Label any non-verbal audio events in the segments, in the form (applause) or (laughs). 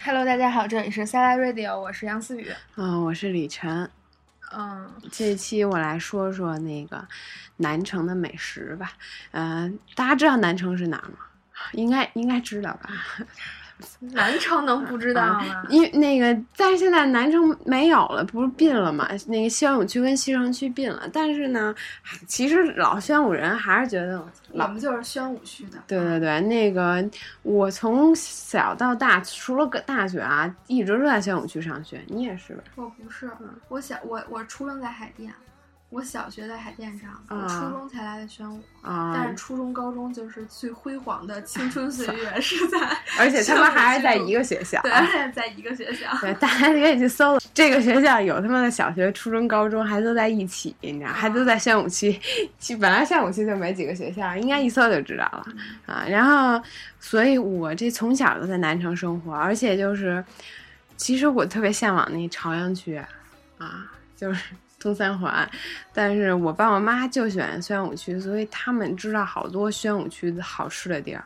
Hello，大家好，这里是 Sala Radio，我是杨思雨。嗯，我是李晨。嗯，这一期我来说说那个南城的美食吧。嗯、大家知道南城是哪儿吗？应该应该知道吧？南城能不知道啊吗？因为那个，但是现在南城没有了，不是并了嘛？那个西安永区跟西城区并了，但是呢，其实老宣武人还是觉得我 (laughs) 老们就是宣武区的。嗯对对对，那个我从小到大，除了个大学啊，一直都在宣武区上学。你也是吧？我不是，嗯我小我我初中在海淀，我小学在海淀上，啊我初中才来的宣武，但啊是，初中、高中就是最辉煌的青春岁月 (laughs) 是在 (laughs) 而且他们还是在一个学校。对，而且在一个学 (laughs) 校。对，大家可以去搜了，这个学校有他们的小学、初中、高中还都在一起，你知道，还都在宣武区。其本来宣武区就没几个学校，应该一搜就知道了啊。然后，所以我这从小就在南城生活，而且就是，其实我特别向往那朝阳区啊，就是 (laughs) 东三环，但是我爸我妈就喜欢宣武区，所以他们知道好多宣武区的好吃的地儿，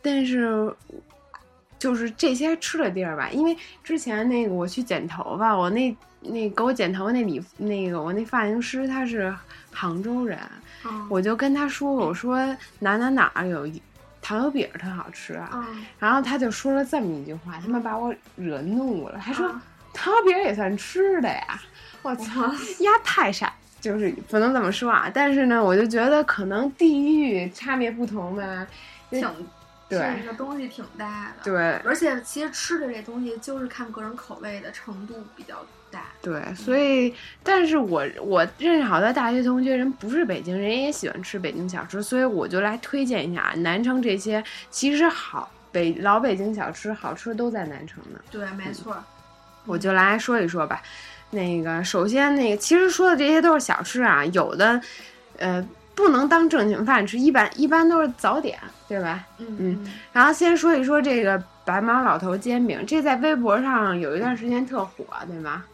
但是。就是这些吃的地儿吧，因为之前那个我去剪头发，我那那给我剪头发那理那个我那发型师他是杭州人，嗯我就跟他说我说哪哪哪儿有一糖油饼儿特好吃啊，嗯，然后他就说了这么一句话，他们把我惹怒了，他说啊糖油饼儿也算吃的呀，我操，丫太傻。就是不能这么说啊，但是呢，我就觉得可能地域差别不同吧。挺对这个东西挺大的。对，而且其实吃的这东西就是看个人口味的程度比较大。对，所以，但是我我认识好多大学同学，人不是北京人，也喜欢吃北京小吃，所以我就来推荐一下南城这些，其实好北老北京小吃好吃都在南城呢，对，没错儿。我就来说一说吧。那个，首先那个，其实说的这些都是小吃啊，有的，呃，不能当正经饭吃，一般一般都是早点，对吧？嗯嗯然后先说一说这个白毛老头煎饼，这在微博上有一段时间特火，对吗？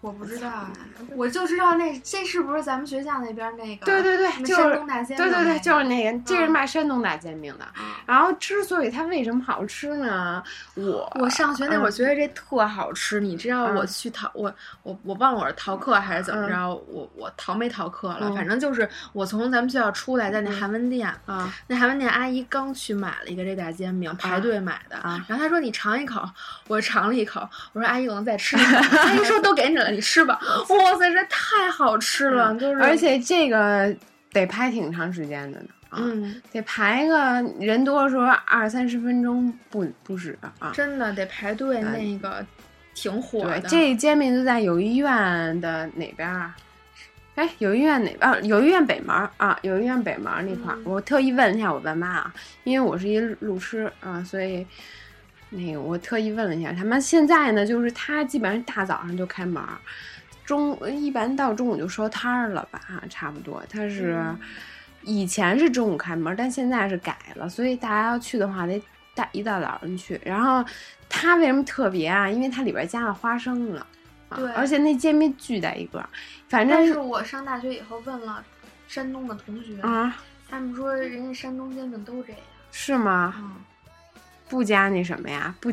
我不知道啊，我就知道那这是不是咱们学校那边那个？对对对啊什么就是山东大煎饼对那对个。对，就是那个，这是嗯卖山东大煎饼的。啊。然后之所以它为什么好吃呢？我哎我上学那会儿觉得这特好吃，你知道嗯我去逃我我我忘了我是逃课还是怎嗯么着，我我逃没逃课了，嗯反正就是我从咱们学校出来，在嗯那韩文店，啊那韩文店阿姨刚去买了一个这大煎饼，排队买的，啊然后她说你尝一口，我尝了一口，我说阿姨我能再吃 (laughs) 一口，阿姨说都给你了，你吃吧，哇塞这太好吃了，嗯就是而且这个得拍挺长时间的呢，啊、，嗯得排个人多的时候二三十分钟不不止啊。真的得排队嗯那个挺火对的，，这煎饼就在友谊院的哪边儿啊？哎，友谊院哪边儿？啊友谊院北门儿啊，友谊院北门儿那块儿。我特意问了一下我爸妈啊，因为我是一路痴啊，所以那个我特意问了一下他们。现在呢，就是他基本上大早上就开门儿，中呃一般到中午就收摊儿了吧，啊差不多。他是、嗯以前是中午开门，但现在是改了，所以大家要去的话得大一大早上去。然后它为什么特别啊？因为它里边加了花生了。啊对而且那煎饼巨大一个儿，反但正是我上大学以后问了山东的同学，啊，他们说人家山东煎饼都这样。是吗？嗯，不加那什么呀？不，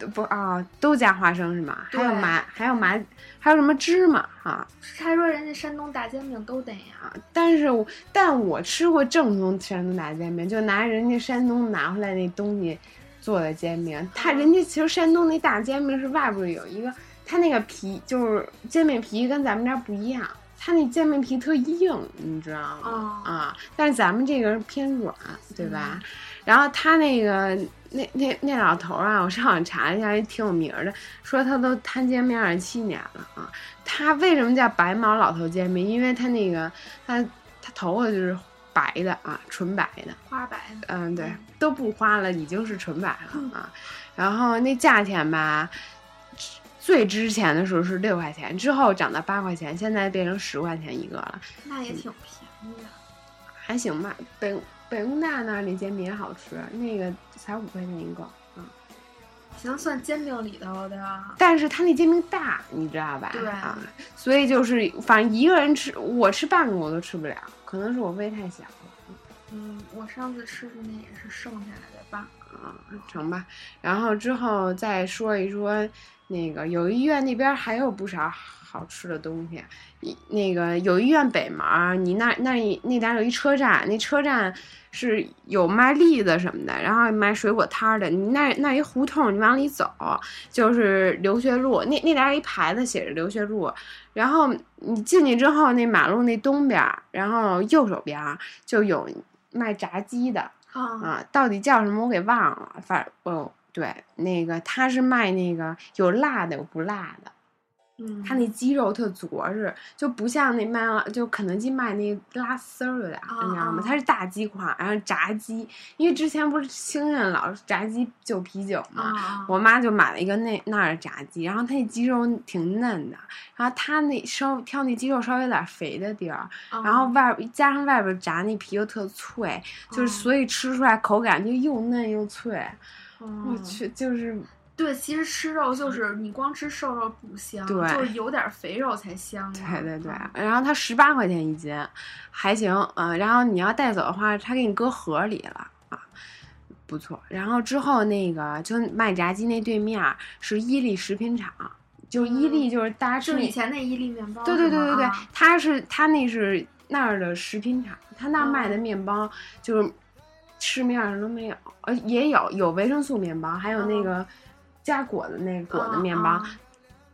都不啊、都加花生是吗？还有对麻，还有麻，还有什么芝麻啊？他说人家山东大煎饼都啊那样。但是我，但我吃过正宗山东大煎饼，就拿人家山东拿回来那东西做的煎饼。他人家其实山东那大煎饼是外边有一个，它那个皮就是煎饼皮跟咱们这儿不一样，它那煎饼皮特硬，你知道吗？哦啊，但是咱们这个是偏软，对吧？然后他那个那那那老头儿啊，我上网查了一下，也挺有名儿的，说他都摊煎饼二十七年了啊。他为什么叫白毛老头煎饼？因为他那个他他头发就是白的啊，纯白的。花白的，嗯，对嗯，都不花了，已经是纯白了啊。然后那价钱吧，最之前的时候是六块钱，之后涨到八块钱，现在变成十块钱一个了，那嗯也挺便宜的。还行吧。北北工大那儿那煎饼也好吃，那个才五块钱一个。嗯，行，算煎饼里头的。但是它那煎饼大，你知道吧？对啊，所以就是反正一个人吃，我吃半个我都吃不了，可能是我胃太小了。嗯，我上次吃的那也是剩下来的吧。啊，成吧。然后之后再说一说那个友谊院那边还有不少好吃的东西。一那个友谊院北门儿，你那那里那点儿有一车站，那车站是有卖栗子什么的，然后卖水果摊儿的。你那那一胡同，你往里走就是留学路，那那点儿有一牌子写着留学路。然后你进去之后，那马路那东边儿，然后右手边儿就有卖炸鸡的。啊，啊，到底叫什么我给忘了，反正哦，对，那个他是卖那个有辣的有不辣的，嗯，他那鸡肉特着实，就不像那麦当就肯德基卖那拉丝儿的，你知道吗啊？它是大鸡块，然后炸鸡，因为之前不是兴盛老是炸鸡就啤酒嘛，啊，我妈就买了一个那那儿的炸鸡，然后它那鸡肉挺嫩的，然后它那稍挑那鸡肉稍微有点肥的地儿，啊然后外边加上外边炸那皮又特脆，就是哦所以吃出来口感就又嫩又脆。我嗯去，就是对，其实吃肉就是你光吃瘦肉不香，对就是有点肥肉才香嘛。对对对嗯，然后它十八块钱一斤，还行，嗯、然后你要带走的话，它给你搁盒里了啊，不错。然后之后那个就卖炸鸡那对面儿是伊利食品厂，就伊利就是大家吃哦就是那以前那伊利面包是嗯对吗。对对对对啊，他是他那是那儿的食品厂，他那儿卖的哦面包就是市面上都没有，呃，也有有维生素面包，还有那哦个加果的那果的哦面包哦。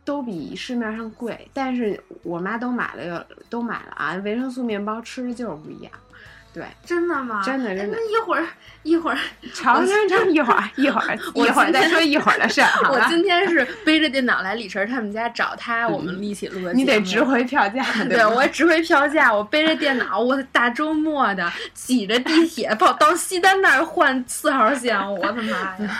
都比市面上贵，但是我妈都买了，都买了啊！维生素面包吃的就是不一样， (laughs) 真的吗？真的哎真的那一会儿一会儿，尝尝尝，一会儿一 (laughs) 会儿我一会儿今再天说一会儿的事儿，好我吧？今天 (laughs) 是背着电脑来李晨他们家找他，我们一起录的。嗯你得 (laughs) 值。回票 (laughs) 价，对，吧我值回票价，我背着电脑，我大周末的挤着 (laughs) 地铁跑到西单那儿换四号线，我的妈 (laughs) 呀！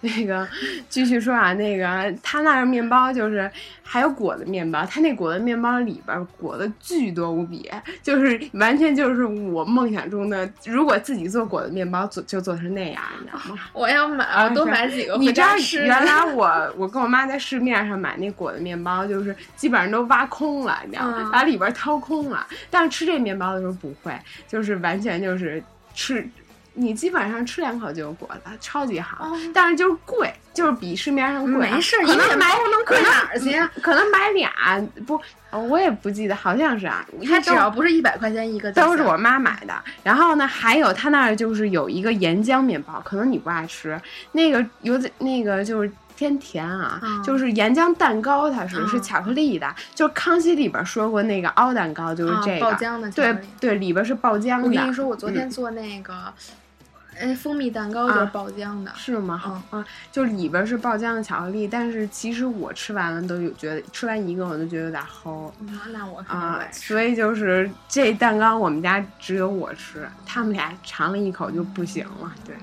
那个继续说啊，那个他那儿面包就是还有果子面包，他那果子面包里边儿果子巨多无比，就是完全就是我梦想中的，如果自己做果子面包做就做成那样，你知道吗？我要买，啊我多买几个你回知道家吃。原 (laughs) 来 (laughs) 我我跟我妈在市面上买那果子面包，就是基本上都挖空了，你知道吗？嗯把里边儿掏空了。但是吃这面包的时候不会，就是完全就是吃，你基本上吃两口就有果了，超级好。哦但是就是贵，就是比市面上贵啊、嗯没事儿，可一能嗯面买包能贵哪儿去？可能买俩不，哦我也不记得，好像是啊，因为它都只要不是一百块钱一个，都是我。妈买的。然后呢，还有她那儿就是有一个岩浆面包，可能你不爱吃，那个有点那个就是。偏甜啊，嗯就是岩浆蛋糕，它是、嗯是巧克力的，就是康熙里边说过那个凹蛋糕就是啊这个，爆浆的巧克对力对，里边是爆浆我跟你的，嗯说，我昨天做那个，哎，蜂蜜蛋糕就是啊爆浆的。是吗？啊，就是里边是爆浆的巧克力，但是其实我吃完了都有觉得，吃完一个我就觉得有点齁，那嗯那我肯定不啊、爱吃。所以就是这蛋糕我们家只有我吃，他们俩尝了一口就不行了。对，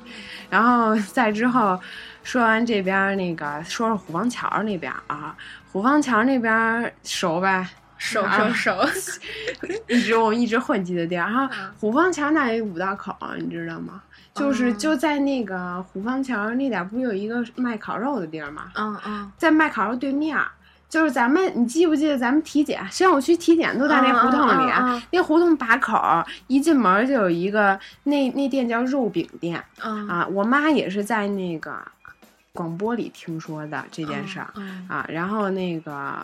然后 (laughs) 再之后，说完这边儿那个，说说虎坊桥那边儿啊，虎坊桥那边儿熟呗，手啊手手，一直我们一直混迹的地儿。然后嗯虎坊桥那有一五道口，你知道吗？就是嗯就在那个虎坊桥那点儿，不是有一个卖烤肉的地儿吗？嗯嗯，在卖烤肉对面儿，就是咱们，你记不记得咱们体检，宣武区体检 (laughs) 都在那胡同里，啊嗯嗯嗯那胡同把口儿一进门儿就有一个，那那店叫肉饼店嗯啊，我妈也是在那个广播里听说的这件事儿、嗯啊，然后那个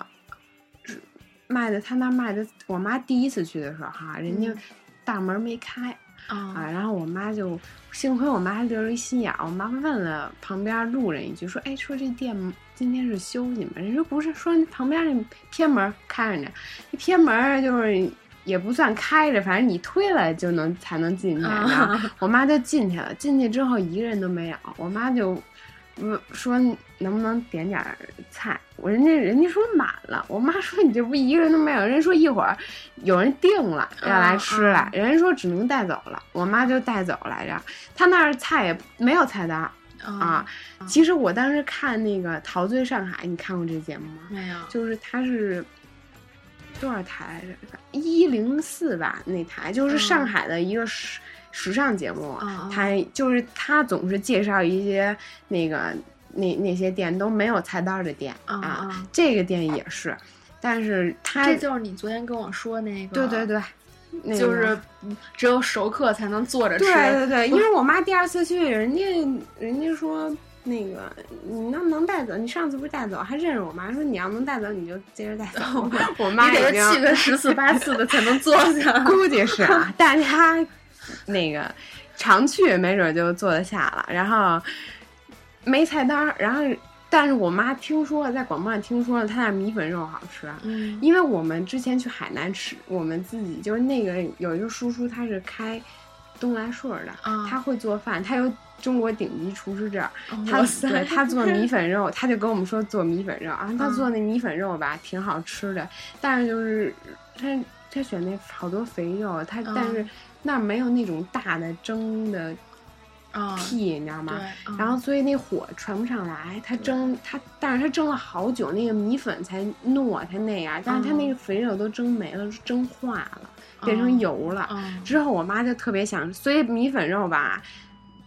卖的，他那卖的，我妈第一次去的时候哈，人家嗯大门没开，嗯啊，然后我妈就幸亏我妈还留了一心眼儿，我妈问了旁边路人一句，说：“哎，说这店今天是休息吗？”人说不是，说旁边那偏门儿开着呢，那偏门儿就是也不算开着，反正你推了就能才能进去。啊然后我妈就进去了，进去之后一个人都没有，我妈就。问说能不能点点儿菜？我人家人家说满了，我妈说你这不一个人都没有，人家说一会儿有人订了嗯要来吃来，人家说只能带走了，我妈就带走来着。她那儿菜也没有菜单儿 (laughs) 嗯啊。嗯其实我当时看那个《陶醉上海》，你看过这节目吗？没有，就是它是多少台来着？一零四吧，那台就是上嗯海的一个时、时尚节目。嗯嗯他就是他总是介绍一些那个那那些店都没有菜单儿的店、嗯啊，嗯，这个店也是，但是他这就是你昨天跟我说那个，嗯对对对，那个就是嗯只有熟客才能坐着吃。对对对，因为我妈第二次去，人家人家说那个你要能带走，你上次不是带走，还认识我妈说你要能带走你就接着带走。 (laughs) 我妈哦你已得经。是气个十次八次的才能坐下 (laughs) 估计是啊，但是她那个常去，没准就坐得下了。然后没菜单儿，然后但是我妈听说了，在广播上听说了，她那米粉肉好吃。啊嗯因为我们之前去海南吃，我们自己就是那个有一个叔叔，他是开东来顺儿的，啊他会做饭，他有中国顶级厨师证，他哇塞对他做米粉肉，他就跟我们说做米粉肉啊，他嗯做那米粉肉吧，挺好吃的，但是就是他他选那好多肥肉，他、但嗯是那儿没有那种大的蒸的啊，屉，你知道吗？对，嗯然后所以那火传不上来，它蒸它，但是它蒸了好久，那个米粉才糯才那样，但是嗯它那个肥肉都蒸没了，蒸化了，变成油了。嗯之后我妈就特别想，所以米粉肉吧，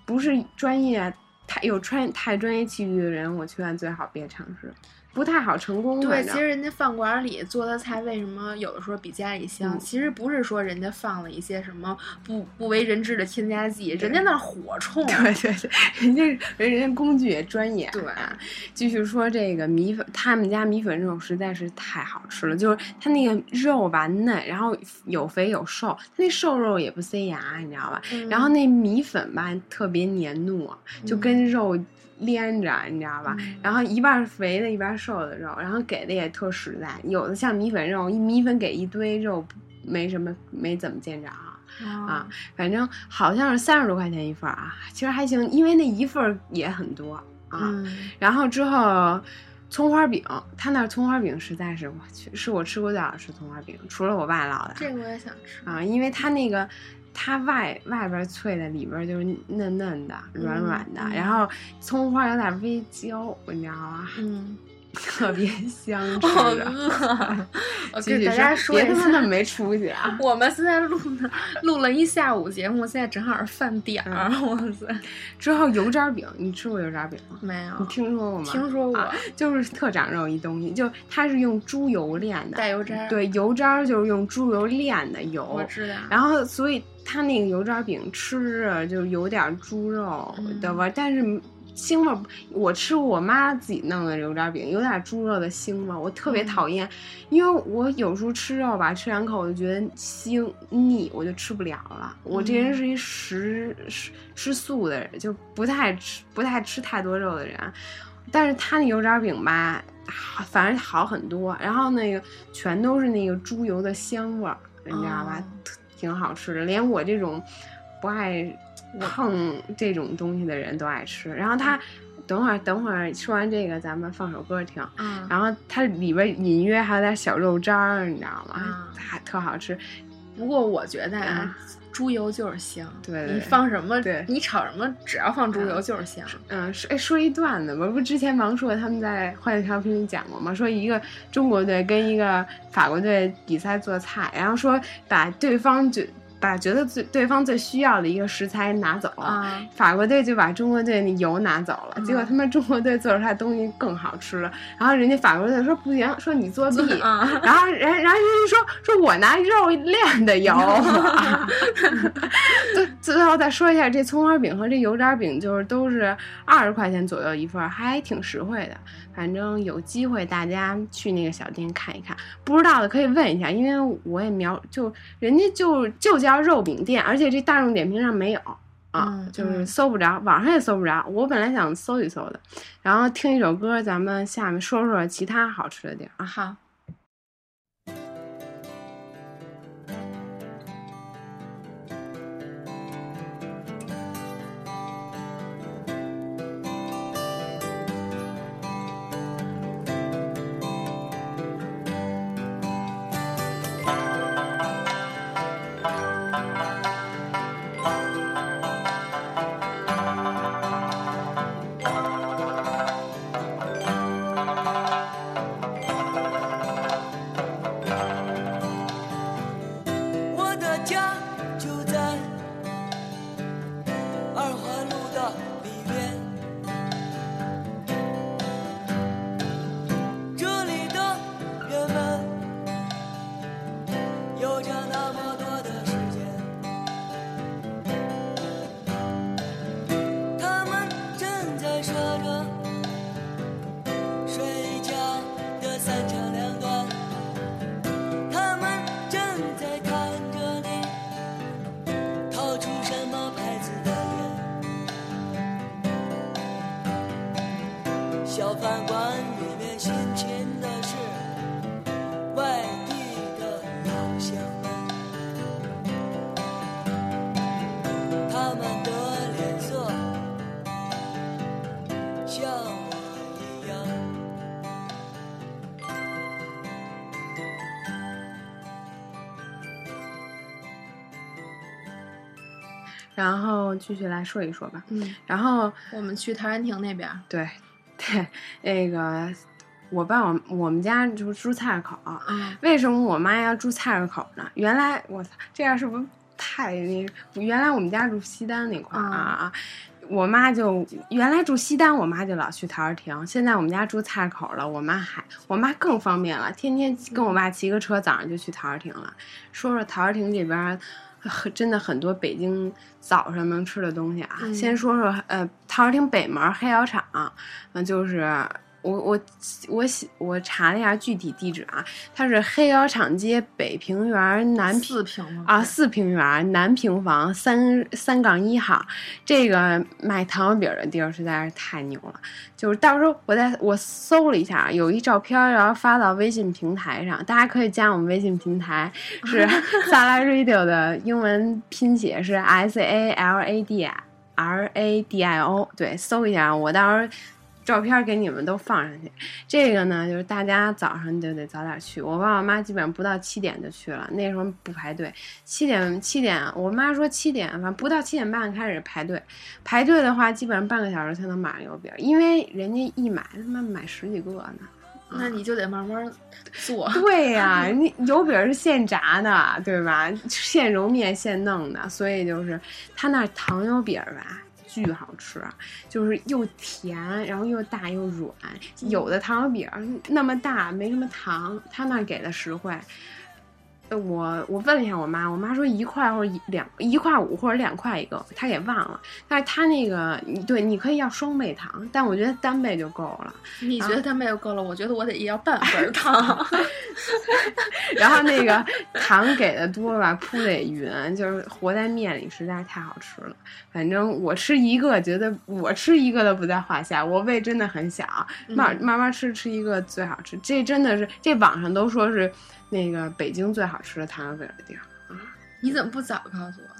不是专业太有专太专业器具的人，我劝最好别尝试，不太好成功。对，反其正实人家饭馆里做的菜为什么有的时候比家里香？嗯其实不是说人家放了一些什么不不为人知的添加剂，人家那儿火冲。 (laughs) 对对对，人家人家工具也专业。对啊，继续说这个米粉，他们家米粉肉实在是太好吃了，就是它那个肉吧嫩，然后有肥有瘦，它那瘦肉也不塞牙，你知道吧？嗯然后那米粉吧特别粘糯，就跟肉连着，你知道吧？嗯然后一半儿肥的，一半儿瘦的肉，然后给的也特实在，有的像米粉肉，一米粉给一堆肉，没什么没怎么见着啊。嗯哦啊，反正好像是三十多块钱一份儿啊，其实还行，因为那一份儿也很多啊。嗯然后之后葱花饼，他那儿葱花饼实在是我去，是我吃过最好吃的葱花饼，除了我爸烙的。这个我也想吃。啊，因为它那个它外外边儿脆的，里边儿就是嫩嫩的、软软的，嗯嗯然后葱花有点微焦，你知道吗？嗯，特别香我 (laughs) 吃的。 (laughs) 饿。我继跟续大家说别一他妈下那么没出息啊！ (laughs) 我们现在录的录了一下午节目，现在正好是饭点儿，哇塞， (laughs) 之后油炸饼，你吃过油炸饼吗？没你有听说过吗？听说过啊就是特长肉一东西，就是它是用猪油炼的，带油渣，，对，油渣就是用猪油炼的我油，知道。然后所以它那个油炸饼吃着就有点猪肉的味儿，但是腥味儿不。我吃过我妈自己弄的油炸饼，有点猪肉的腥味儿，我特别嗯讨厌，因为我有时候吃肉吧，吃两口我就觉得腥腻，我就吃不了了。我这人嗯是一食食吃素的人，就不太吃不太吃太多肉的人，啊但是它那油炸饼吧。好反正好很多，然后那个全都是那个猪油的香味儿，你知道吧哦？特挺好吃的，连我这种不爱碰这种东西的人都爱吃。然后嗯它，等会儿等会儿说完这个，咱们放首歌听。嗯，然后它里边隐约还有点小肉渣儿，你知道吗啊？还特好吃。不过我觉得啊，猪油就是香。对对你对放什么对？你炒什么？只要放猪油就是香。嗯，说哎说一段子吧，不是之前王硕他们在《欢乐调频》里讲过吗？说一个中国队跟一个法国队比赛做菜，然后说把对方觉把觉得最对方最需要的一个食材拿走，啊，法国队就把中国队那油拿走了，嗯结果他们中国队做出来的东西更好吃了。然后人家法国队说不行，说你作弊。 (laughs) 啊，然后，然然后人家说说我拿肉炼的油。最最后再说一下，这葱花饼和这油炸饼就是都是二十块钱左右一份儿，还挺实惠的。反正有机会大家去那个小店看一看，不知道的可以问一下，因为我也瞄就人家就就叫肉饼店，而且这大众点评上没有。啊，嗯就是嗯搜不着，网上也搜不着。我本来想搜一搜的，然后听一首歌，咱们下面说说其他好吃的地儿啊。好。小饭馆里面辛勤的是外地的老乡们，他们的脸色像我一样。然后继续来说一说吧。嗯，然后我们去陶然亭那边儿，对， (laughs) 对，那个我爸我我们家就是住菜市口，嗯，为什么我妈要住菜市口呢？原来我操，这样是不是太那？原来我们家住西单那块儿嗯啊啊。我妈就原来住西单，我妈就老去陶然亭。现在我们家住菜市口了，我妈还我妈更方便了，天天跟我爸骑个车，早上就去陶然亭了。说说陶然亭这边儿，很真的很多北京早上能吃的东西啊。嗯先说说呃，陶然亭北门儿黑窑厂，嗯、就是我我我写我查了一下具体地址啊，它是黑窑厂街北平园南四平吗？啊，四平园南平房三三杠一号，这个卖糖油饼的地儿实在是太牛了。就是到时候我在我搜了一下，啊有一照片儿，然后发到微信平台上，大家可以加我们微信平台，是萨拉 radio 的英文拼写是 S A L A D R A D I O，对，搜一下，啊我到时候。照片儿给你们都放上去，这个呢，就是大家早上就得早点去。我爸我妈基本上不到七点就去了，那时候不排队，七点七点，我妈说七点，反正不到七点半开始排队。排队的话，基本上半个小时才能买上油饼，因为人家一买他妈买十几个呢。那你就得慢慢 (laughs) 做。对呀、人家油饼是现炸的，对吧？现揉面现弄的，所以就是他那糖油饼儿吧。巨好吃，就是又甜，然后又大又软。有的糖油饼儿那么大，没什么糖，他那儿给的实惠。呃我我问了一下我妈，我妈说一块或者一两一块五或者两块一个，她给忘了。但是她那个，你对，你可以要双倍糖，但我觉得单倍就够了。你觉得他没有够了？我觉得我得也要半份 (laughs) 儿糖。 (laughs) 然后那个糖给的多吧，铺的也匀， (laughs) 就是和在面里，实在是太好吃了。反正我吃一个，觉得我吃一个都不在话下，我胃真的很小，慢嗯慢慢吃吃一个最好吃。这真的是，这网上都说是那个北京最好吃的糖油饼的地儿。你怎么不早告诉我？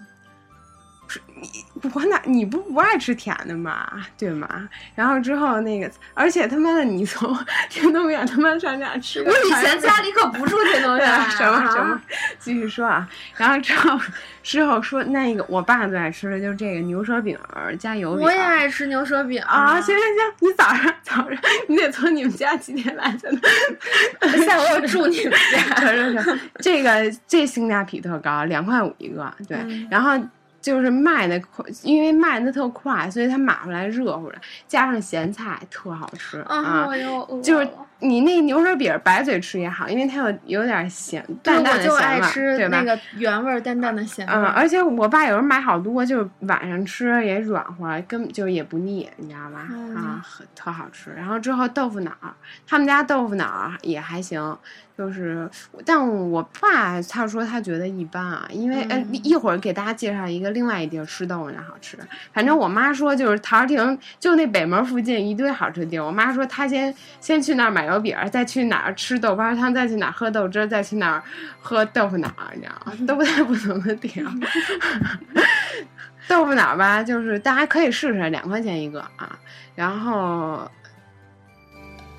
我哪你不不爱吃甜的嘛，对吗？然后之后那个，而且他妈的你从 (laughs) 天通苑他妈上家吃个我糖油以前饼，家里可不住天通苑 (laughs) 啊，什么什么，继续说啊。然后之后之后说那个我爸最爱吃的就是这个牛舌饼儿加油饼。我也爱吃牛舌饼 (laughs) 啊，行行行，你早上早上你得从你们家几点来 (laughs) 才能？下回我住你们家。行行行，这个这性价比特高，两块五一个，对，嗯然后。就是卖的快，因为卖的特快，所以它码出来热乎着，加上咸菜特好吃 (laughs) 啊，我又饿了就是你那牛舌饼儿白嘴吃也好，因为它有有点咸，对，淡淡我的就咸味爱儿吃对吧那个原味儿淡淡的咸味嗯，儿。而且我爸有时候买好多，就是晚上吃也软和，根本就也不腻，你知道吧？嗯啊，很特好吃。然后之后豆腐脑儿，他们家豆腐脑儿也还行，就是，但我爸他说他觉得一般啊，因为、呃嗯一会儿给大家介绍一个另外一地儿吃豆腐脑儿好吃。反正我妈说就是陶然亭就那北门附近一堆好吃的地儿，我妈说她先先去那儿买油饼儿，再去哪儿吃豆花汤，再去哪儿喝豆汁儿，再去哪儿喝豆腐脑儿，你知道吗？ (laughs) 都不太不同的地儿。 (laughs) 豆腐脑儿吧，就是大家可以试试，两块钱一个啊。然后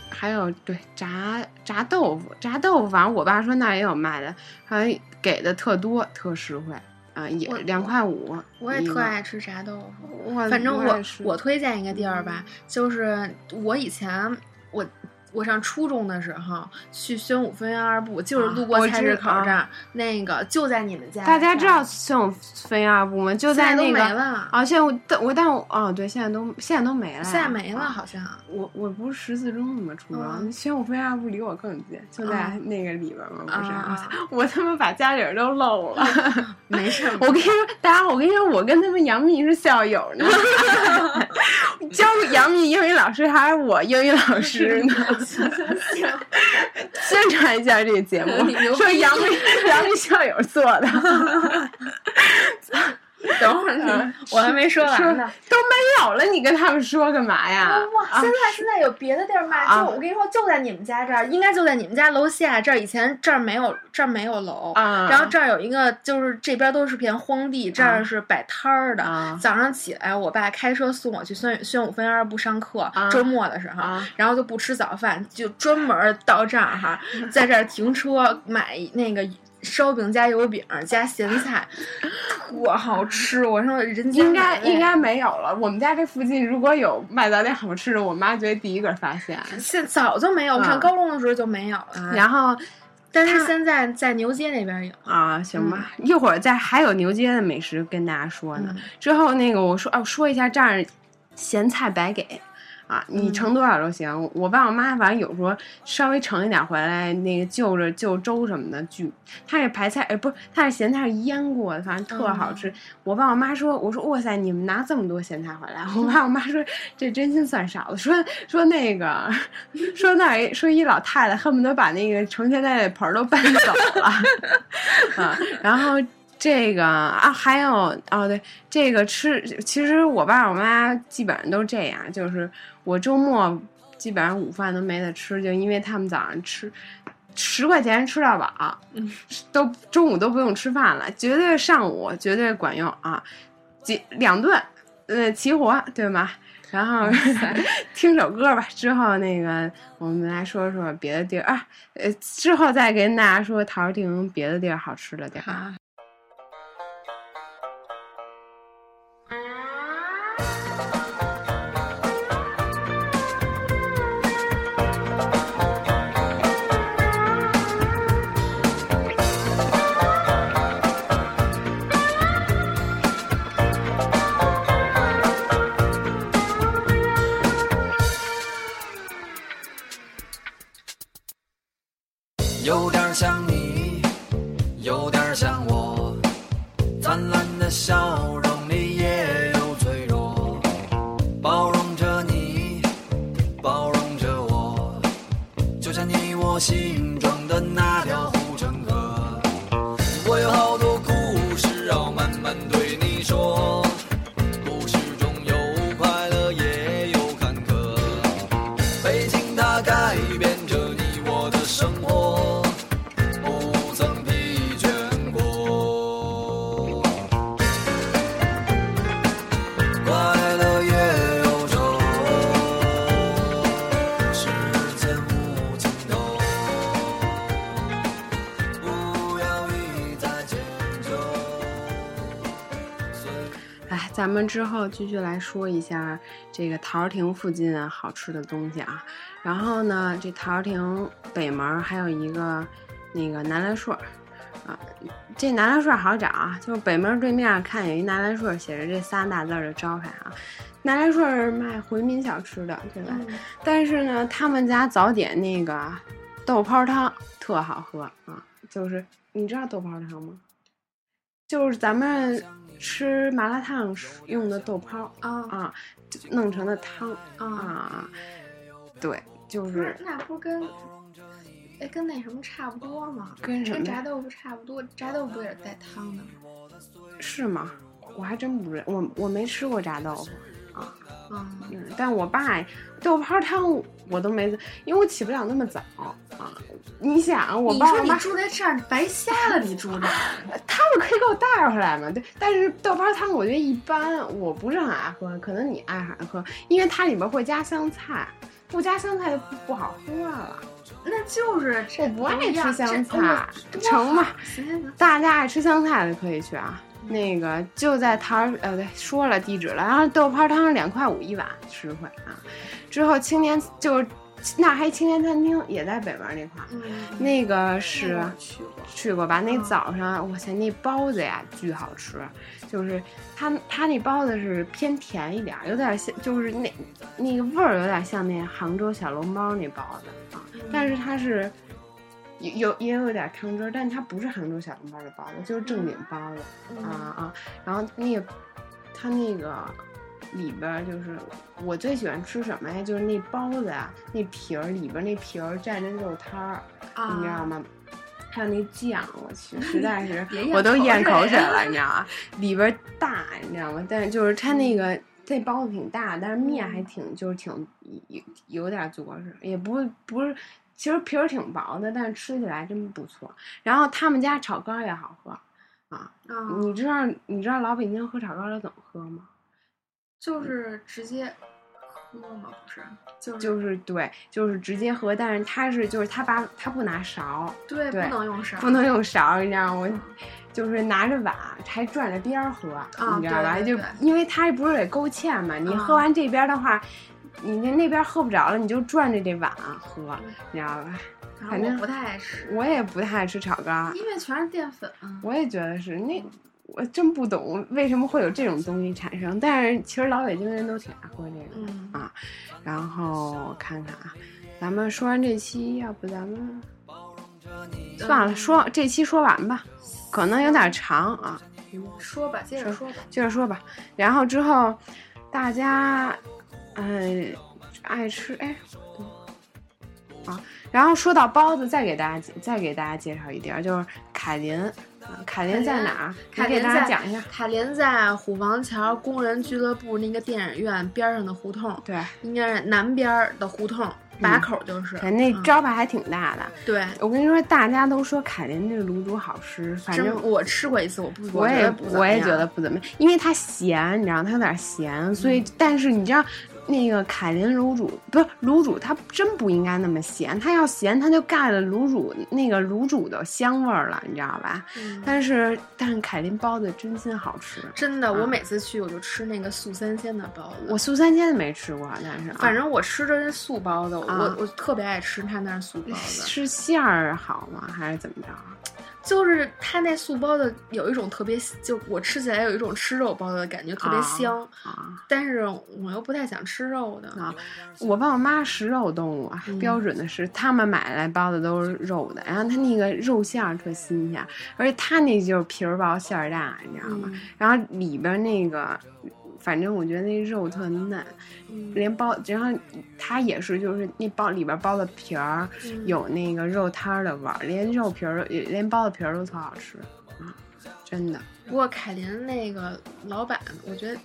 还有对炸炸豆腐，炸豆腐，反正我爸说那儿也有卖的，还给的特多，特实惠啊，也我两块五。我也特爱吃炸豆腐。我反正嗯我我也是嗯我推荐一个地儿吧，就是我以前我我上初中的时候去宣武分院二部，就是啊路过我菜知市口啊这儿，那个就在你们家。大家知道炫舞飞二部吗？就现在在都那没个了，啊，现在我但我但我哦对，现在都现在都没了呀，现在没了啊好像。我我不是十四中的吗？初中嗯宣武飞二部离我更近，就在嗯那个里边嘛，不是啊啊？，我他妈把家里人都漏了。没事 (laughs) (laughs) 儿。我跟你说，大家，我跟你说，我跟他们杨幂是校友呢， (laughs) 教杨幂英语老师还是我英语老师 (laughs) 呢。宣传一下这个节目呃你牛，逼说杨幂杨幂校友做的， (laughs) 嗯等会儿呢，我还没说完呢。都有了，你跟他们说干嘛呀？哇，啊现在现在有别的地儿卖，啊就我跟你说，就在你们家这儿，应该就在你们家楼下这儿。以前这儿没有，这儿没有楼，啊然后这儿有一个，就是这边都是片荒地，这儿是摆摊儿的。啊早上起来，我爸开车送我去宣宣武分院部上课，啊周末的时候。啊然后就不吃早饭，就专门儿到这儿 (laughs) 哈，在这儿停车买那个烧饼加油饼加咸 (laughs) 菜，特好吃。我说人间应该美味应该没有了。我们家这附近如果有卖早点好吃的，我妈绝对第一个发 (laughs) 现。现早就没有，我上嗯高中的时候就没有了。然后 (laughs) 但是他现在在牛街那边有。啊，行吧，嗯一会儿再还有牛街的美食跟大家说呢。之后那个我说哦，说一下这儿咸菜白给。啊，你嗯盛多少都行。我爸我妈反正有时候稍微盛一点回来，那个就着就粥什么的巨。它是白菜，呃，不是，它是咸菜是腌过的，反正特好吃。我爸我妈说，我说哇塞，你们拿这么多咸菜回来？我爸我妈说这真心算少了，说说那个说那一说一老太太恨不得把那个成千袋的盆儿都搬走了。啊，然后这个啊，还有哦，对，这个吃，其实我爸我妈基本上都这样，就是我周末基本上午饭都没得吃，就因为他们早上吃。十块钱吃到饱，都中午都不用吃饭了，绝对上午绝对管用啊！几两顿，呃，齐活对吗？然后 (laughs) 听首歌吧，之后那个我们来说说别的地儿啊，呃，之后再跟大家说桃儿亭别的地儿好吃的地儿。好。有点像你，有点像我，灿烂的笑容里也有脆弱，包容着你，包容着我，就像你我心中的那条护城河。我有好多故事要慢慢对你说，故事中有快乐也有坎坷。北京它改变着你我的生活，不曾疲倦过。快乐也有愁，时间无尽头，不要一再迁就。随哎，咱们之后继续来说一下这个桃儿亭附近啊好吃的东西啊。然后呢，这桃儿亭北门儿还有一个那个南来顺儿啊，这南来顺儿好找啊，就是北门儿对面看有一南来顺儿写着这三大字儿的招牌啊。南来顺儿卖回民小吃的，对吧？嗯但是呢，他们家早点那个豆泡汤特好喝啊，就是你知道豆泡汤吗？就是咱们吃麻辣烫时用的豆泡啊啊，就弄成的汤啊，啊，对，就不是是，那不是跟哎跟那什么差不多吗？跟什跟么炸豆腐差不多，炸豆腐不也是带汤的吗？是吗？我还真不知道，我我没吃过炸豆腐，嗯，嗯，但我爸豆泡汤我都没，因为我起不了那么早啊。你想，啊我你爸说我你妈住在这儿，你白瞎了，你住这儿。呃他们可以给我带回来嘛？对，但是豆花汤我觉得一般，我不是很爱喝，可能你爱喝，因为它里边会加香菜，不加香菜就不不好喝了。那 (laughs) 就是这我不爱吃香这哇菜，成吗？行行行，大家爱吃香菜的可以去啊。那个就在桃儿，呃，对，说了地址了。然后豆花汤两块五一碗，实惠啊。之后青年就是那还青年餐厅也在北门那块儿，嗯，那个那是啊个我去过，去过吧？那嗯早上，哇塞，那包子呀，巨好吃。就是它它那包子是偏甜一点儿，有点像，就是那那个味儿有点像那杭州小笼包那包子啊，嗯但是它是有有也有点汤汁儿，但它不是杭州小笼包的包子，就是正经包子、嗯嗯啊啊。然后那个它那个里边儿就是我最喜欢吃什么呀？就是那包子啊，那皮儿里边儿那皮儿蘸着肉汤儿。你知道啊，吗？还有那酱，我 (laughs) 去，实在是别咽我都口 (laughs) 咽口水水了，你知道吗？里边儿大，你知道吗？但是就是它那个那包子挺大，但是面还挺就是挺有有点着实，也不是不是，其实皮儿挺薄的，但是吃起来真不错。然后他们家炒肝儿也好喝，嗯，你知道你知道老北京喝炒肝儿都怎么喝吗？就是直接喝吗？不是，就是就是对，就是直接喝，但是他是就是他把他不拿勺，对，对不能用勺，不能用勺，你知道吗？就是拿着碗还转着边儿喝，你知道吧？啊对对对就因为它不是得勾芡嘛，你嗯喝完这边儿的话，你那那边儿喝不着了，你就转着这碗喝，嗯你知道吧？然后反我正不太爱吃，我也不太爱吃炒肝儿，因为全是淀粉。啊我也觉得是那。我真不懂为什么会有这种东西产生，但是其实老北京人都挺爱喝这个。嗯，啊然后看看啊，咱们说完这期，要不咱们算了，说这期说完吧，可能有点长啊，说吧，接着说吧。接着说吧。然后之后大家，嗯、爱吃哎。啊，然后说到包子，再给大家介再给大家介绍一地儿，就是凯林。啊凯林在哪儿？凯你给林大家在讲一下。凯林在虎王桥工人俱乐部那个电影院边上的胡同，对，应该是南边儿的胡嗯同，把口就是。哎那嗯招牌还挺大的。对，我跟你说，大家都说凯林这卤煮好吃，反真正我吃过一次，我不，我觉也得不怎么我也觉样得，不怎么样，因为它咸，你知道它有点咸，所嗯以、但是你知道那个凯林卤煮不是卤煮，它真不应该那么咸，它要咸它就盖了卤煮那个卤煮的香味儿了，你知道吧？嗯但是但是凯林包子真心好吃，真的，啊我每次去我就吃那个素三鲜的包子。我素三鲜没吃过，但是啊反正我吃的是素包子，我啊我特别爱吃他那儿素包子，是馅儿好吗？还是怎么着？就是他那素包子有一种特别，就我吃起来有一种吃肉包子的感觉，特别啊香，啊，但是我又不太想吃肉的。啊我爸我妈食肉动物啊，嗯标准的是他们买来包的都是肉的，然后它那个肉馅儿特新鲜，而且它那就是皮儿薄馅儿大，你知道吗？嗯然后里边那个，反正我觉得那肉特嫩，嗯连包，然后它也是就是那包里边包的皮儿嗯有那个肉摊儿的味儿，连肉皮儿连包子皮儿都特好吃，嗯，真的。不过凯林那个老板，我觉得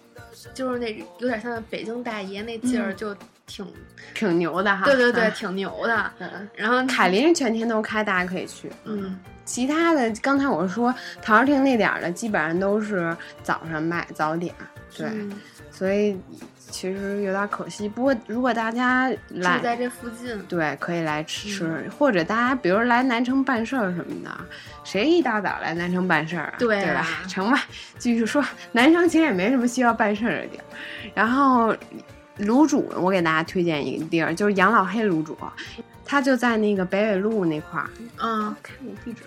就是那有点像北京大爷那劲儿，嗯就挺、挺牛的哈，对对对，啊挺牛的。嗯然后凯，林是全天都开，大家可以去。嗯，其他的，刚才我说陶然亭那点儿的，基本上都是早上卖早点，对，嗯所以其实有点可惜。不过如果大家来住，在嗯这附近，对，可以来吃吃，或者大家比如来南城办事儿什么的，谁一大早来南城办事儿啊？对对啊吧？成吧，继续说，南城其实也没什么需要办事儿的地儿。然后卤煮，我给大家推荐一个地儿，就是养老黑卤煮，它就在那个北纬路那块儿。嗯，看我地址，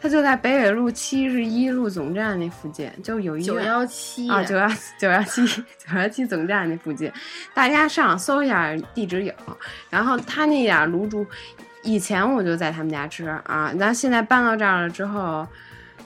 它就在北纬路七十一路总站那附近，就有一九个幺七啊九幺九幺七 (laughs) 九幺七总站那附近，大家上网搜一下地址有。啊然后他那点儿卤煮，以前我就在他们家吃啊，咱现在搬到这儿了之后。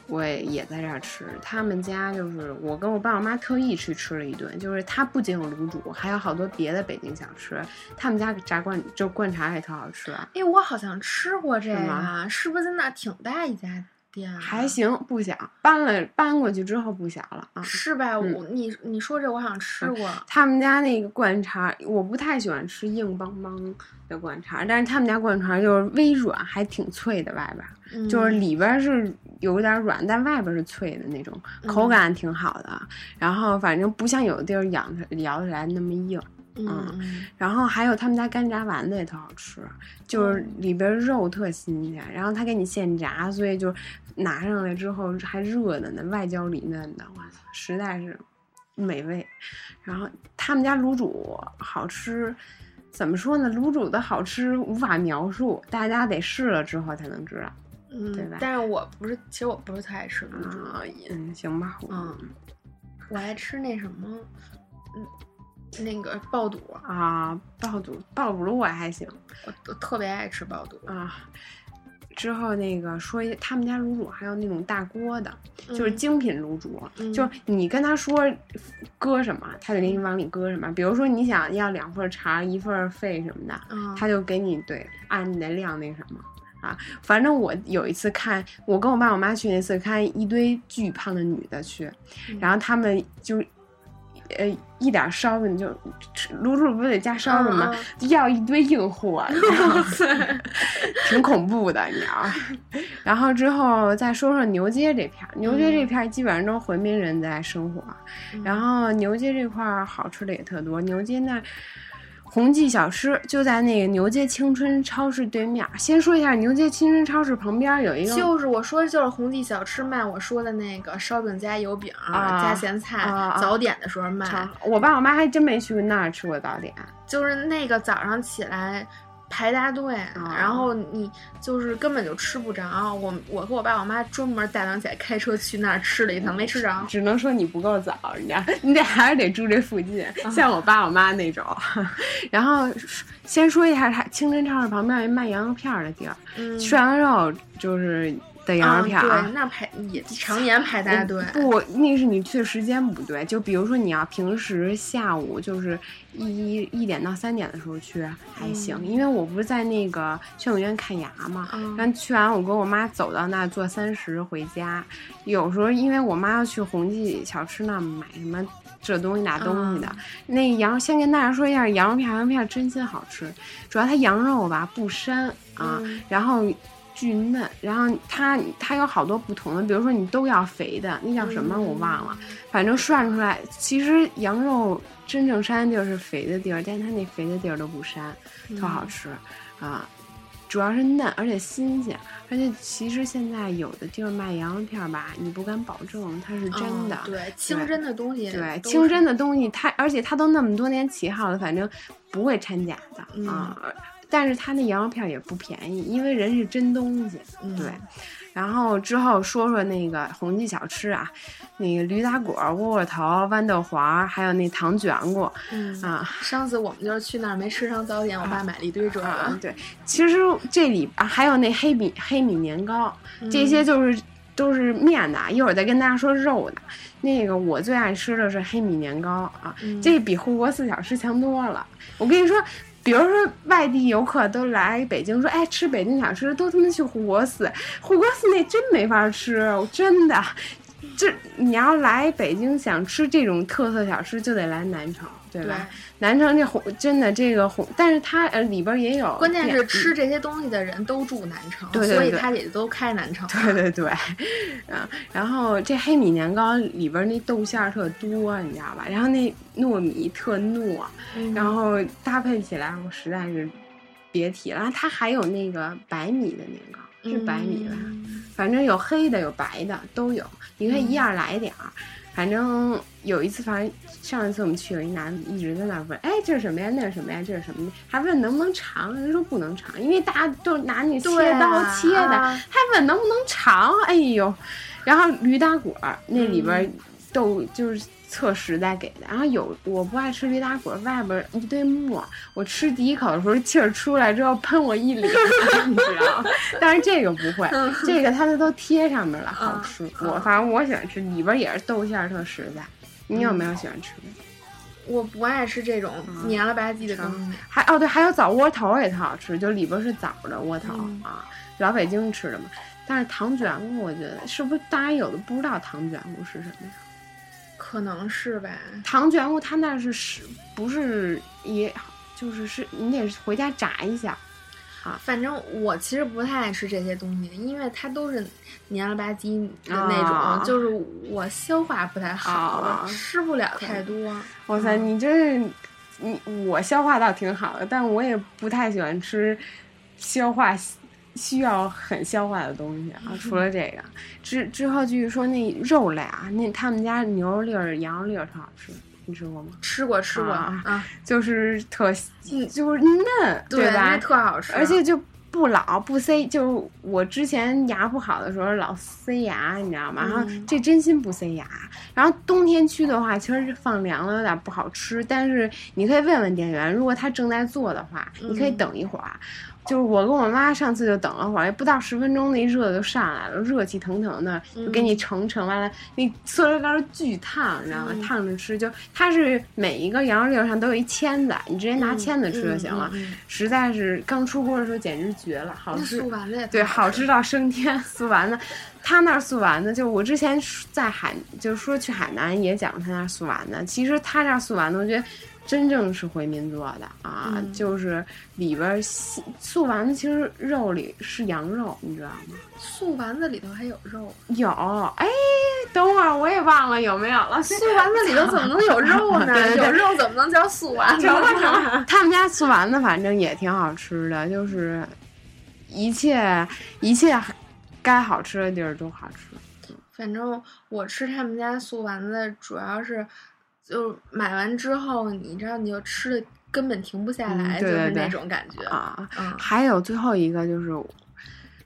我也在这儿吃，他们家就是我跟我爸我妈特意去吃了一顿，就是他不仅有卤煮，还有好多别的北京小吃，他们家炸灌就灌肠也特好吃，哎，我好像吃过这是个，吗是不是在那挺大一家店啊？还行，不小。搬了搬过去之后不小了啊。是吧？嗯我你你说这我好像吃过，他们家那个灌肠，我不太喜欢吃硬邦邦的灌肠，但是他们家灌肠就是微软，还挺脆的外边儿，嗯就是里边儿是有点软，但外边儿是脆的那种，嗯口感挺好的。啊然后反正不像有的地儿咬它咬起来那么硬。嗯嗯嗯然后还有他们家干炸丸子也特好吃，就是里边肉特新鲜，然后他给你现炸，所以就拿上来之后还热的呢，外焦里嫩的，我操，实在是美味。然后他们家卤煮好吃，怎么说呢？卤煮的好吃无法描述，大家得试了之后才能知道。嗯对吧但是我不是，其实我不是太爱吃卤煮，啊，嗯，行吧，我嗯我爱吃那什么，嗯，那个爆肚，啊，爆肚爆肚我还行。我我特别爱吃爆肚，啊。之后那个说一，他们家卤煮还有那种大锅的，就是嗯精品卤煮，嗯就是你跟他说搁什么，他就给你往里搁什么。比如说你想要两份肠儿，一份肺什么的，嗯他就给你对按你的量那什么。啊，反正我有一次看，我跟我嗯爸我妈去那次看一堆巨胖的女的去，然后她们就呃一点烧饼就卤煮不得加烧饼吗？ (laughs) 嗯要一堆硬货，你知 (laughs) 道吗挺恐怖的，你知道吗。然后之后再说说牛街这片儿，牛街这片儿基本上都是回民人在生活，嗯然后牛街这块儿好吃的也特多，牛街那儿。红记小吃就在那个牛街青春超市对面儿。先说一下，牛街青春超市旁边儿有一个就是我说的就是红记小吃卖我说的那个烧饼加油饼、啊加咸菜、啊啊早点的时候卖，尝我爸我妈还真没去过那儿吃过早点。就是那个早上起来排大队，啊然后你就是根本就吃不着。我我和我爸我妈专门大早起来开车去那儿吃了一趟，没吃着。只能说你不够早，你知道，你得还是得住这附近，啊像我爸我妈那种。 (laughs) 然后先说一下，它清真超市旁边有一卖羊肉片儿的地儿，嗯，涮羊肉就是的羊啊，肉片儿啊对，。嗯那排也常年排大队。哎不，那是你去的时间不对。就比如说，你要平时下午就是一一点到三点的时候去还行，因为我不是在那个宣武院看牙嘛，嗯然后去完我跟我妈走到那儿坐三十回家。有时候因为我妈要去红记小吃那儿买什么。这东西那东西嗯的，那羊先跟大家说一下，羊肉片，羊肉片真心好吃，主要它羊肉吧不膻啊，嗯然后巨嫩，然后它它有好多不同的，比如说你都要肥的，那叫什么嗯我忘了，反正涮出来，其实羊肉真正膻的地儿是肥的地儿，但它那肥的地儿都不膻，特好吃啊。主要是嫩，而且新鲜，而且其实现在有的地儿卖羊肉片儿吧，你不敢保证它是真的，嗯对，清真的东西，对，清真，的哦东西，它而且它都那么多年起号了，反正不会掺假的嗯啊、但是它那羊肉片儿也不便宜，因为人是真东西。嗯对，然后之后说说那个红记小吃啊，那个驴打滚儿、窝窝头、豌豆黄儿，还有那糖卷果嗯。啊。上次我们就是去那儿没吃上早点，我爸买了一堆这啊个，，对，其实这里啊还有那黑米黑米年糕，这些就是都是面的啊，一会儿再跟大家说肉的。那个我最爱吃的是黑米年糕啊，嗯这比护国四小吃强多了。我跟你说。比如说，外地游客都来北京，说：“哎，吃北京小吃都他妈去护国寺，护国寺那真没法吃，我真的。这你要来北京想吃这种特色小吃，就得来南城，对吧？对，南城这红真的这个红，但是它呃里边也有店，关键是吃这些东西的人都住南城，嗯对对所以对他也都开南城。 (laughs) 对对对， (laughs) 嗯，然后这黑米年糕里边那豆馅儿特多，你知道吧？然后那糯米特糯，嗯然后搭配起来，我实在是别提了。然后啊它还有那个白米的年糕，是白米吧？嗯反正有黑的有白的都有，你可以一样来点儿。反正有一次，反正上一次我们去有一男的一直在那问，哎，这是什么呀？那是什么呀？这是什么呀？还问能不能尝，人说不能尝，因为大家都拿那对切啊刀切的，啊还问能不能尝。哎呦，然后驴打滚儿那里边嗯都就是测时代给的，然后有我不爱吃驴打滚儿，外边儿一堆沫，我吃第一口的时候气儿出来之后喷我一脸，你知道吗？但是这个不会，这个它都贴上面了，好吃。我反正我喜欢吃，里边也是豆馅儿特实在。你有没有喜欢吃的？我不爱吃这种啊黏了吧唧的东西。还哦对，还有枣窝头儿也特好吃，就里边是枣的窝头、啊，老北京吃的嘛。但是糖卷果，我觉得是不是大家有的不知道糖卷果是什么呀？可能是吧，糖卷果它那是是不是也就是是你得回家炸一下，反正我其实不太爱吃这些东西，因为它都是黏了吧唧的那种，啊就是我消化不太好，啊吃不了太多。哇塞，你这你我消化倒挺好的，但我也不太喜欢吃消化需需要很消化的东西啊。除了这个之之后，继续说那肉类啊，那他们家牛肉粒儿、羊肉粒儿特好吃，你吃过吗？吃过吃过啊啊就是特就是嫩，对，那吧？特好吃，而且就不老不塞，就我之前牙不好的时候老塞牙，你知道吗？然后这真心不塞牙。然后冬天去的话，其实是放凉了有点不好吃，但是你可以问问店员，如果他正在做的话，你可以等一会儿。就是我跟我妈上次就等了会儿，也不到十分钟，那热就上来了，热气腾腾的，就给你盛盛完了，那塑料袋巨烫，你知道吗？烫着吃就，它是每一个羊肉粒上都有一签子，你直接拿签子吃就行了。实在是刚出锅的时候简直绝了，好那吃素。丸子也对，好吃到升天，素丸子，他那儿素丸子，就我之前在海，就是说去海南也讲他那儿素丸子，其实他那儿素丸子，我觉得真正是回民做的啊，就是里边儿细素丸子其实肉里是羊肉，你知道吗？素丸子里头还有肉，有，哎，等会儿我也忘了有没有了，素丸子里头怎么能有肉 (laughs) 呢？对对对有肉怎么能叫素丸子？呢？ (laughs) 他们家素丸子反正也挺好吃的，就是一切一切该好吃的地儿都好吃。反正我吃他们家素丸子，主要是就是买完之后，你知道你就吃的根本停不下嗯来，对对就是那对种感觉。啊，嗯还有最后一个就是，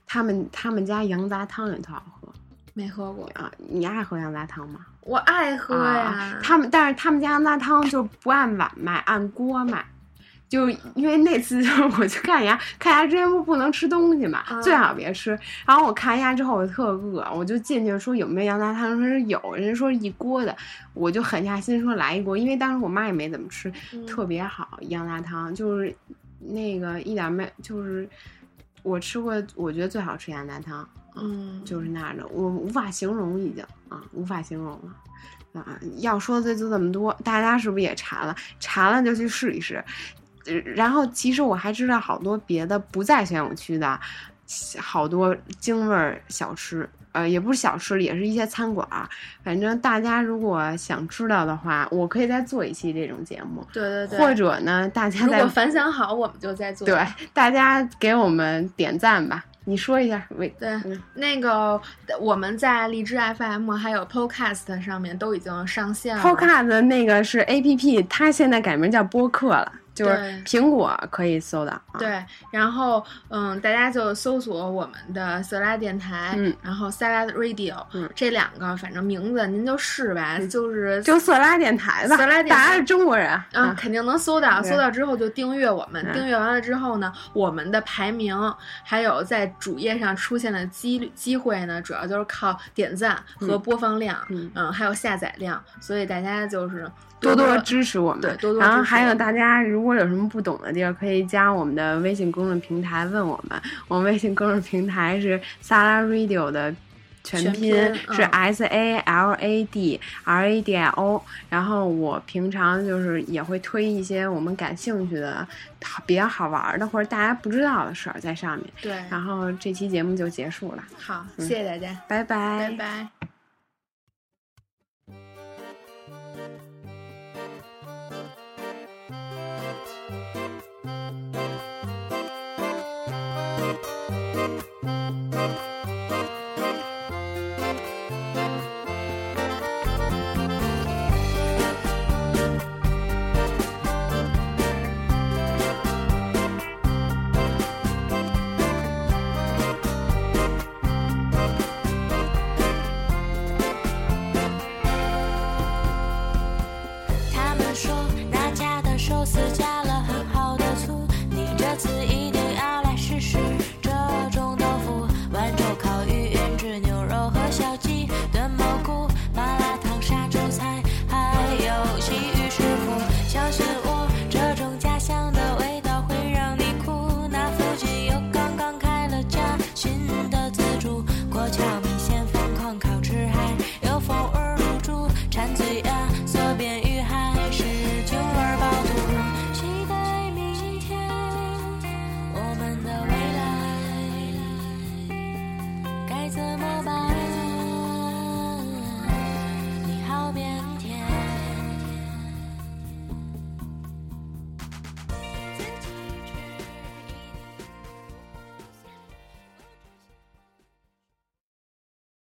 他们他们家羊杂汤也特好喝没喝过，啊！你爱喝羊杂汤吗？我爱喝呀啊，。他们但是他们家羊杂汤就不按碗卖，按锅卖。就因为那次就是我去看牙，看牙之前不不能吃东西嘛，啊最好别吃。然后我看牙之后我特饿，我就进去说有没有羊杂汤，说是有，人家说一锅的，我就狠下心说来一锅，因为当时我妈也没怎么吃，嗯特别好，羊杂汤就是那个一点没，就是我吃过我觉得最好吃羊杂汤，嗯，就是那种我无法形容已经啊，无法形容了。啊，要说的就这么多，大家是不是也查了？查了就去试一试。呃然后其实我还知道好多别的不在玄武区的，好多京味儿小吃，呃，也不是小吃，也是一些餐馆儿。反正大家如果想知道的话，我可以再做一期这种节目，对对或对。者呢，大家如再果反响好，我们就再做。对大家给我们点赞吧。你说一下，为对嗯那个我们在荔枝 FM 还有 Podcast 上面都已经上线了。 Podcast 那个是 A P P，它现在改名叫播客了，就是对苹果可以搜到。啊，对，然后嗯，大家就搜索我们的色拉电台，嗯然后 Salad Radio，、嗯这两个反正名字您就试吧，就是就色拉电台吧，色拉电台大家是中国人。嗯，啊肯定能搜到，对搜到之后就订阅我们，嗯订阅完了之后呢，我们的排名还有在主页上出现的几率机会呢，主要就是靠点赞和嗯播放量，嗯还有下载量，所以大家就是多多多支持我们，对多多然后支持还我有们大家如果有什么不懂的地儿，可以加我们的微信公众平台问我们。我们微信公众平台是 Sala Radio 的全全拼，拼是嗯 S A L A D R A D I O。然后我平常就是也会推一些我们感兴趣的、好比较好玩的或者大家不知道的事儿在上面。对，然后这期节目就结束了，好，啊嗯谢谢大家，拜拜拜。他们说大家的寿司